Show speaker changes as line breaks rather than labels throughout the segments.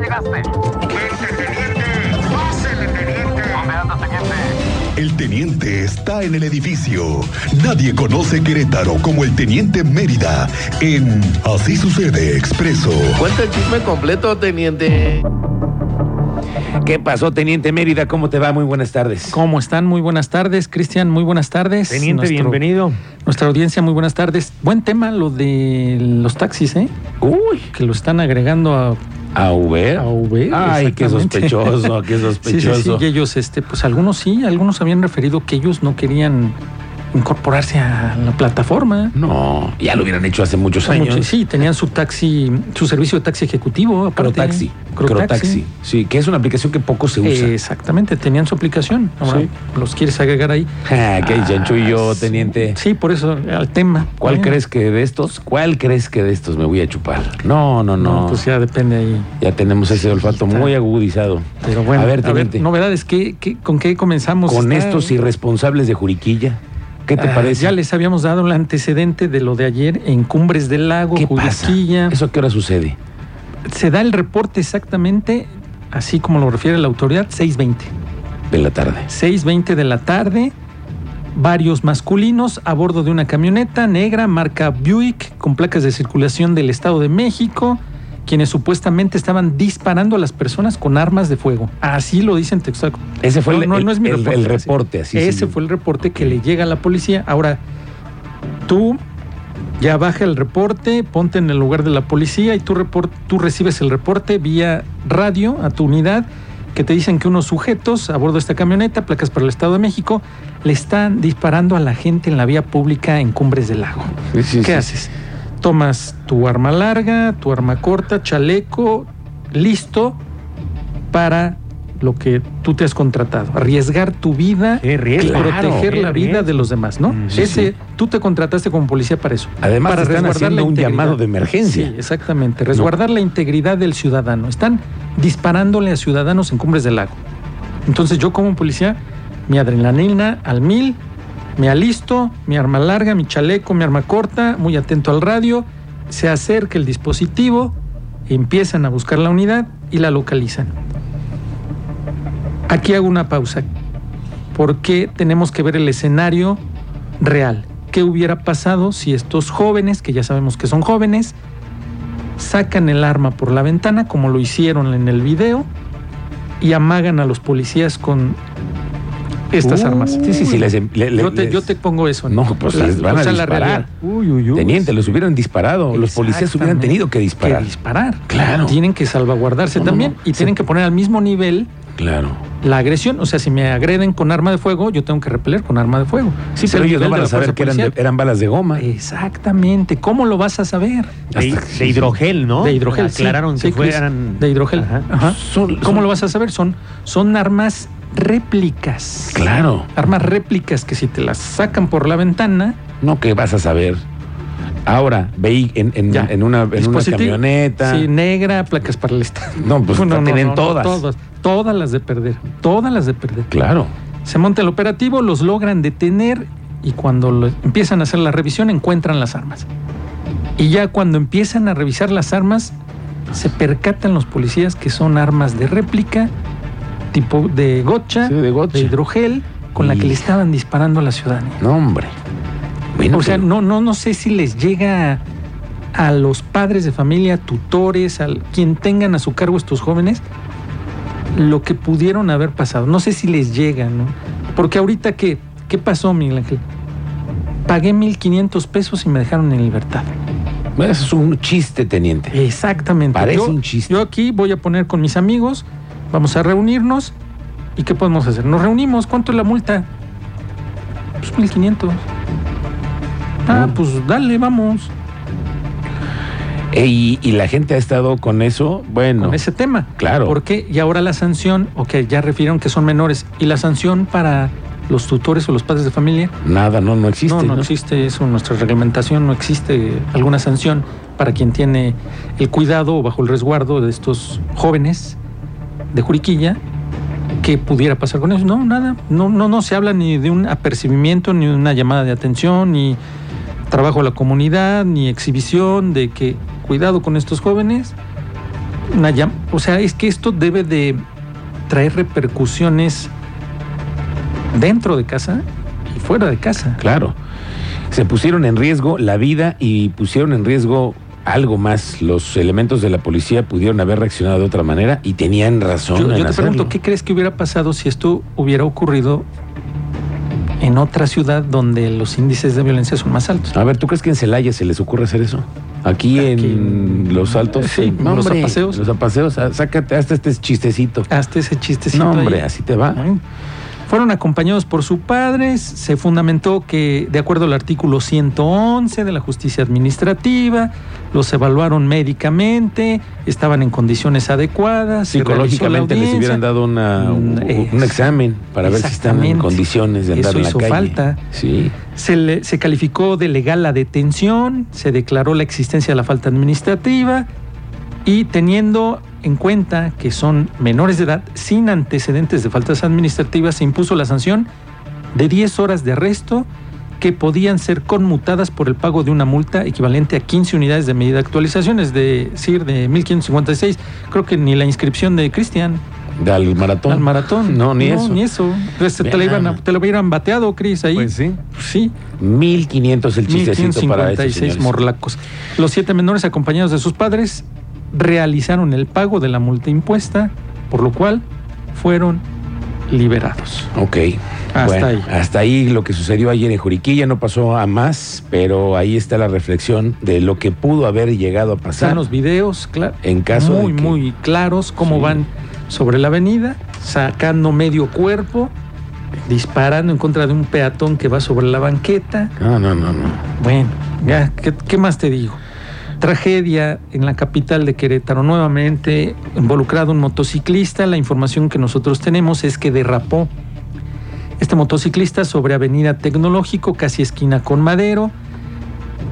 llegaste?
¡Vente, teniente! ¡Pásele, teniente!
¿Dónde anda, teniente?
El teniente está en el edificio. Nadie conoce Querétaro como el teniente Mérida en Así sucede expreso.
Cuenta el chisme completo, teniente.
¿Qué pasó, Teniente Mérida? ¿Cómo te va? Muy buenas tardes.
¿Cómo están? Muy buenas tardes, Cristian. Muy buenas tardes.
Teniente, bienvenido.
Nuestra audiencia, muy buenas tardes. Buen tema lo de los taxis, ¿eh?
Uy,
Que lo están agregando a...
a Uber.
A Uber,
Ay, qué
exactamente.
sospechoso, qué
Sí, sí,
sospechoso.
sí. Y ellos, este, pues algunos sí, algunos habían referido que ellos no querían incorporarse a la plataforma.
No, ya lo hubieran hecho hace muchos
Mucho-
años.
Sí, tenían su taxi, su servicio de taxi ejecutivo. aparte.
Crotaxi.
Crotaxi.
Crotaxi. Sí, que es una aplicación que poco se usa.
Exactamente, tenían su aplicación. Ahora
Sí.
los quieres agregar ahí.
Ah, qué chanchullo,
sí.
teniente.
Sí, por eso al tema.
¿Cuál
Bueno,
crees que de estos? ¿Cuál crees que de estos me voy a chupar? No, no, no.
No, pues ya depende ahí.
ya tenemos ese olfato
está.
muy agudizado.
Pero bueno,
a ver, teniente.
novedades, ¿qué, qué, con qué comenzamos?
con
Está-
estos irresponsables de Juriquilla, ¿qué te
Ah,
parece?
Ya les habíamos dado el antecedente de lo de ayer en Cumbres del Lago,
¿Qué pasa?
Juriquilla.
¿Eso a qué hora sucede?
Se da el reporte exactamente, así como lo refiere la autoridad, 620.
De la tarde.
6.20 de la tarde, varios masculinos a bordo de una camioneta negra marca Buick con placas de circulación del Estado de México, quienes supuestamente estaban disparando a las personas con armas de fuego. Así lo dicen textual.
Ese fue
No,
el,
no,
el-
no es mi
el-
reporte.
el reporte, así sí.
Ese fue el reporte que le llega a la policía. Ahora, tú ya baja el reporte, ponte en el lugar de la policía y tú, repor- tú recibes el reporte vía radio a tu unidad que te dicen que unos sujetos a bordo de esta camioneta, placas para el Estado de México, le están disparando a la gente en la vía pública en Cumbres del Lago.
Sí, sí,
¿Qué
sí.
haces? Tomas tu arma larga, tu arma corta, chaleco, listo para lo que tú te has contratado, arriesgar tu vida
Qué riesgo.
y
Claro,
proteger
qué
la vida de los demás, ¿no?
Mm, sí,
Ese,
sí.
tú te contrataste como policía para eso.
Además,
para
te están
resguardar
haciendo
la
un
integridad.
llamado de emergencia.
Sí, exactamente, resguardar la integridad del ciudadano. Están disparándole a ciudadanos en Cumbres del Lago. Entonces yo como policía, mi adrenalina al mil, me alisto, mi arma larga, mi chaleco, mi arma corta, muy atento al radio, se acerca el dispositivo, empiezan a buscar la unidad y la localizan. Aquí hago una pausa, porque tenemos que ver el escenario real. ¿Qué hubiera pasado si estos jóvenes, que ya sabemos que son jóvenes, sacan el arma por la ventana, como lo hicieron en el video, y amagan a los policías con estas
Uy,
armas?
Sí, sí, sí. Uh, les- em- le- le-
yo, te, yo te
les-
pongo eso.
No, pues les van a disparar.
Uy, uy, uy.
Teniente, los hubieran disparado. Los policías hubieran
Exactamente.
tenido que disparar.
Que disparar.
Claro.
Tienen que salvaguardarse
No, no,
también
no.
y
Se-
tienen que poner al mismo nivel
Claro.
la agresión. O sea, si me agreden con arma de fuego, yo tengo que repeler con arma de fuego.
Sí,
Es
pero
el
ellos no
nivel
van
de
a
la
saber
fuerza
que eran, de-
policial. Eh,
eran balas de goma.
Exactamente. ¿Cómo lo vas a saber?
De,
Hasta-
de hidrogel, ¿no?
De hidrogel. sí.
Aclararon
Sí,
que
Cris,
fueran.
De hidrogel.
Ajá.
Ajá.
Son-
¿Cómo
son-
lo vas a saber? Son, son armas réplicas.
Claro.
Armas réplicas que si te las sacan por la ventana,
No, que vas a saber. Ahora, veí en, en-
Ya.
en una, en una
Dispositivo-
camioneta.
Sí, negra, placas para el estado.
No, pues, tienen todas.
todas. Todas las de perder. Todas las de perder.
Claro.
Se monta el operativo, los logran detener y cuando lo- empiezan a hacer la revisión encuentran las armas. Y ya cuando empiezan a revisar las armas, se percatan los policías que son armas de réplica, tipo de gocha,
Sí, de gocha.
hidrogel, con la que
Y-
le estaban disparando a la ciudadanía.
No, hombre. Bueno,
o sea,
pero-
no, no, no sé si les llega a los padres de familia, tutores, a quien tengan a su cargo estos jóvenes, lo que pudieron haber pasado. No sé si les llega, ¿no? Porque ahorita, ¿qué, ¿Qué pasó, Miguel Ángel? Pagué 1.500 pesos y me dejaron en libertad.
Eso es un chiste,
Eh.
teniente.
Exactamente.
Parece
yo,
un chiste.
Yo aquí voy a poner con mis amigos, vamos a reunirnos. ¿Y qué podemos hacer? Nos reunimos. ¿Cuánto es la multa? Pues 1500. Ah,
Mm.
pues dale, vamos.
E- y, y la gente ha estado con eso, bueno.
Con ese tema.
Claro.
¿Por qué? Y ahora la sanción, ok, ya refirieron que son menores. ¿Y la sanción para los tutores o los padres de familia?
Nada, no, no existe.
no, no,
¿no?
existe eso. En nuestra reglamentación no existe alguna sanción para quien tiene el cuidado o bajo el resguardo de estos jóvenes de Juriquilla. ¿Qué pudiera pasar con eso? No, nada. No, no, no se habla ni de un apercibimiento, ni de una llamada de atención, ni trabajo a la comunidad, ni exhibición de que cuidado con estos jóvenes. una llam- o sea, es que esto debe de traer repercusiones dentro de casa y fuera de casa.
Claro. Se pusieron en riesgo la vida y pusieron en riesgo algo más. Los elementos de la policía pudieron haber reaccionado de otra manera y tenían razón.
Yo, yo
en
te
hacerlo.
pregunto, ¿qué crees que hubiera pasado si esto hubiera ocurrido en otra ciudad donde los índices de violencia son más altos?
A ver, ¿tú crees que en Celaya se les ocurre hacer eso? Aquí,
Aquí.
en Los Altos.
Sí, en los
hombre,
apaseos.
Los apaseos. ah, Sácate hasta este chistecito.
Hasta ese chistecito.
No,
ahí.
hombre, así te va.
Ay. Fueron acompañados por sus padres. Se fundamentó que, de acuerdo al artículo 111 de la justicia administrativa, los evaluaron médicamente, estaban en condiciones adecuadas. se realizó la
Psicológicamente les
audiencia.
hubieran dado una,
Mm,
un,
eh,
un examen para ver si están en
exactamente.
condiciones de andar
Eso
en la
hizo
calle.
falta.
Sí.
Se, le- se calificó de legal la detención, se declaró la existencia de la falta administrativa y teniendo en cuenta que son menores de edad sin antecedentes de faltas administrativas, se impuso la sanción de 10 horas de arresto que podían ser conmutadas por el pago de una multa equivalente a 15 unidades de medida de actualización, es decir, de 1556. Creo que ni la inscripción de Cristian
Al maratón.
al maratón.
No, ni eso.
Ni eso. Pues, te, la
Vean.
iban a- te lo hubieran bateado, Cris, ahí.
Pues sí.
Sí.
1500 el chistecito para esos
1556
señores.
morlacos. Los siete menores acompañados de sus padres realizaron el pago de la multa impuesta, por lo cual fueron liberados.
Ok.
Hasta ahí.
Hasta ahí lo que sucedió ayer en Juriquilla no pasó a más, pero ahí está la reflexión de lo que pudo haber llegado a pasar.
Están los videos, claro,
En caso de
muy,
que-
muy claros, cómo
Sí.
van sobre la avenida, sacando medio cuerpo, disparando en contra de un peatón que va sobre la banqueta.
No, no, no, no.
Bueno, ya, ¿qué, qué más te digo? Tragedia en la capital de Querétaro. Nuevamente involucrado un motociclista. La información que nosotros tenemos es que derrapó este motociclista sobre Avenida Tecnológico, casi esquina con Madero.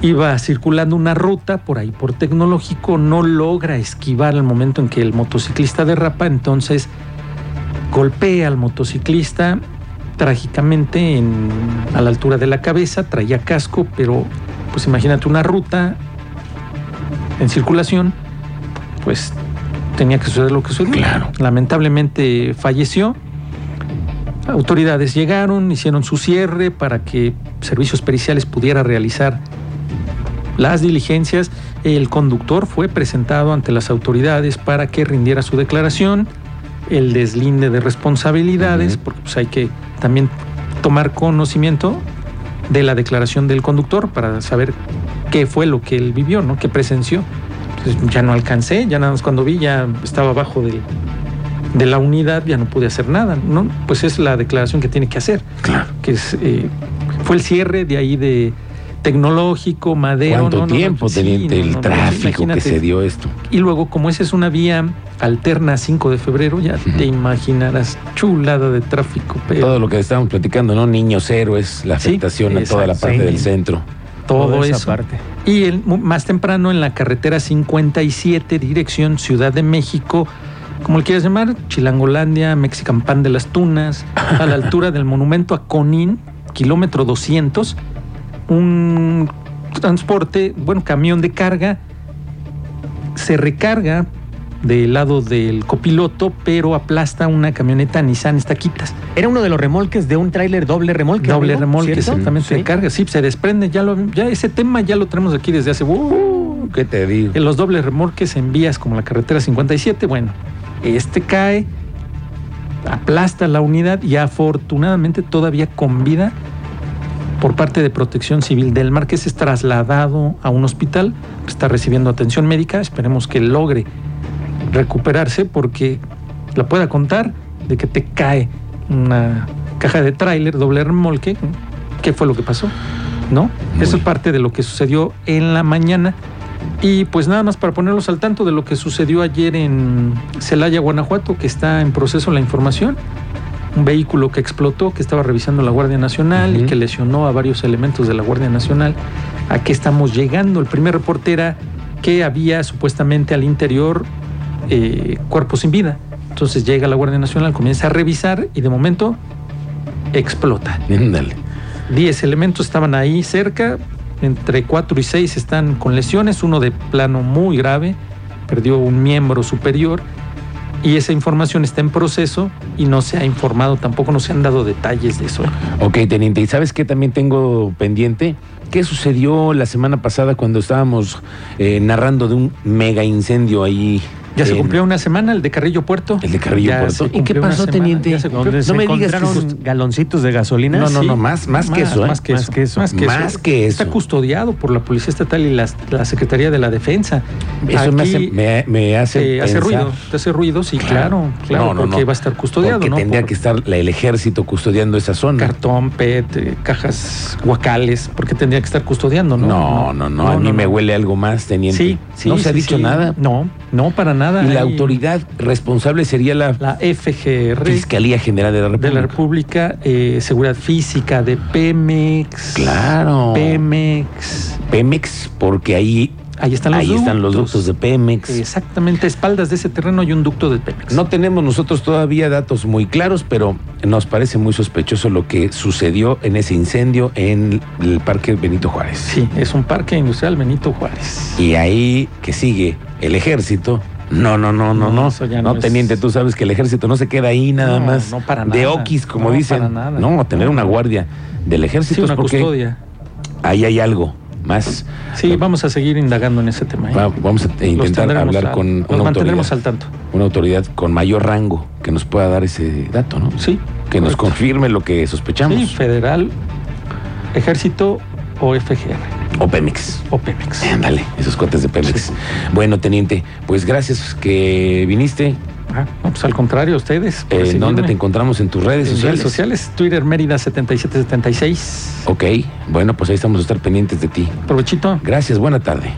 Iba circulando una ruta por ahí por Tecnológico, no logra esquivar al momento en que el motociclista derrapa, entonces golpea al motociclista trágicamente en- a la altura de la cabeza, traía casco, pero pues imagínate una ruta en circulación, pues tenía que suceder lo que sucedió.
Claro.
Lamentablemente falleció. Autoridades llegaron, hicieron su cierre para que servicios periciales pudiera realizar las diligencias. El conductor fue presentado ante las autoridades para que rindiera su declaración. El deslinde de responsabilidades,
Ujú.
porque pues, hay que también tomar conocimiento de la declaración del conductor para saber qué fue lo que él vivió, ¿no? qué presenció. Entonces, Pues ya no alcancé, ya nada más cuando vi, ya estaba abajo del- de la unidad, ya no pude hacer nada. ¿no? Pues es la declaración que tiene que hacer
Claro.
que es, eh, fue el cierre de ahí de tecnológico, madero.
¿Cuánto
no, no, no,
tiempo,
sí,
teniente,
no,
el
no, no,
tráfico que
imagínate.
se dio esto?
Y luego, como esa es una vía alterna a 5 de febrero, ya te imaginarás, chulada de tráfico, pero
Todo lo que estábamos platicando, ¿no? Niños héroes, la
Eh, Sí,
afectación a toda la parte
exacto.
del centro.
todo,
toda esa
eso.
parte.
Y el, mu- más temprano en la carretera 57, dirección Ciudad de México, como le quieras llamar, Chilangolandia, Mexican Pan de las Tunas, a la altura del monumento a Conín, kilómetro 200, un transporte, bueno, camión de carga, se recarga del lado del copiloto, pero aplasta una camioneta Nissan Estaquitas.
Era uno de los remolques de un tráiler doble remolque.
Doble
amigo,
remolque,
¿cierto?
exactamente,
Sí.
de carga, sí, se desprende, ya, lo, ya ese tema ya lo tenemos aquí desde hace... ¡uh!
¿Qué te digo?
en los dobles remorques en vías como la carretera 57, bueno, este cae, aplasta la unidad y afortunadamente todavía con vida por parte de Protección Civil del Marqués es trasladado a un hospital, está recibiendo atención médica, esperemos que logre recuperarse porque la pueda contar de que te cae una caja de tráiler doble remolque, qué fue lo que pasó, ¿no?
Muy
Eso
bien.
es parte de lo que sucedió en la mañana. Y pues nada más para ponerlos al tanto de lo que sucedió ayer en Celaya, Guanajuato, que está en proceso la información. Un vehículo que explotó, que estaba revisando la Guardia Nacional y
Ujú.
que lesionó a varios elementos de la Guardia Nacional. ¿A qué estamos llegando? El primer reporte era que había supuestamente al interior eh, cuerpos sin vida. Entonces llega la Guardia Nacional, comienza a revisar y de momento explota.
Ándale.
10 elementos estaban ahí cerca, entre 4 y 6 están con lesiones, uno de plano muy grave, perdió un miembro superior y esa información está en proceso y no se ha informado, tampoco no se han dado detalles de eso.
Ok, teniente, ¿y sabes qué también tengo pendiente? ¿Qué sucedió la semana pasada cuando estábamos eh, narrando de un mega incendio ahí?
Ya se
en-
cumplió una semana el de Carrillo Puerto.
El de Carrillo
Ya
Puerto.
se
¿Y qué
cumplió una
pasó,
semana,
teniente?
ya se cumplió.
Donde se
No me digas que
encontraron
sus-
galoncitos de gasolina.
No, no,
sí.
no, más, más que eso, ¿eh?
Más que
Más
eso.
que eso.
Más que
Está
eso.
custodiado por la Policía Estatal y la, la Secretaría de la Defensa.
Eso me hace,
Aquí,
me, me hace,
eh, hace
pensar-
ruido. te hace ruido, sí, claro, claro,
No, no,
porque
no.
va a estar custodiado,
Porque
¿no?
tendría
Por
que estar la- el ejército custodiando esa zona.
cartón, PET, eh, cajas guacales, porque tendría que estar custodiando, ¿no?
No, no, no, a mí me huele algo más, teniente.
Sí, sí,
no se ha
sí,
dicho
sí.
nada.
No, no, para nada.
Y la
Hay-
autoridad responsable sería la,
La FGR.
Fiscalía General de la República.
de la República, eh, Seguridad Física, de Pemex.
Claro.
Pemex.
Pemex, porque ahí,
Ahí están los
ahí
ductos.
están los ductos de Pemex.
Exactamente, a espaldas de ese terreno hay un ducto de Pemex.
No tenemos nosotros todavía datos muy claros, pero nos parece muy sospechoso lo que sucedió en ese incendio en el Parque Benito Juárez.
Sí, es un parque industrial Benito Juárez.
Y ahí que sigue el ejército. No, no, no, no,
No,
no.
eso ya
No,
no es-
teniente, tú sabes que el ejército no se queda ahí nada
No,
más.
no, para
De
nada.
oquis, como
No,
dicen.
para nada.
No, tener una guardia del
Sí,
ejército es
una
porque
custodia.
ahí hay algo más.
Sí,
Eh,
vamos a seguir indagando en ese tema. ¿eh?
va- vamos a
Los
intentar
tendremos
hablar
a-
con
los
una
mantendremos
autoridad,
al tanto.
una autoridad con mayor rango que nos pueda dar ese dato, ¿no?
Sí.
Que nos
correcto.
confirme lo que sospechamos.
Sí, federal, ejército o FGR
o Pemex.
o Pemex.
Ándale, esos cuates de Pemex.
Sí.
Bueno, teniente, pues gracias que viniste.
Ah, no, pues al contrario, ustedes. por
Eh, ¿En
recibirme.
dónde te encontramos? ¿En tus redes
En
sociales?
redes sociales, Twitter Mérida 7776.
Ok, bueno, pues ahí estamos a estar pendientes de ti.
Provechito.
Gracias, buena tarde.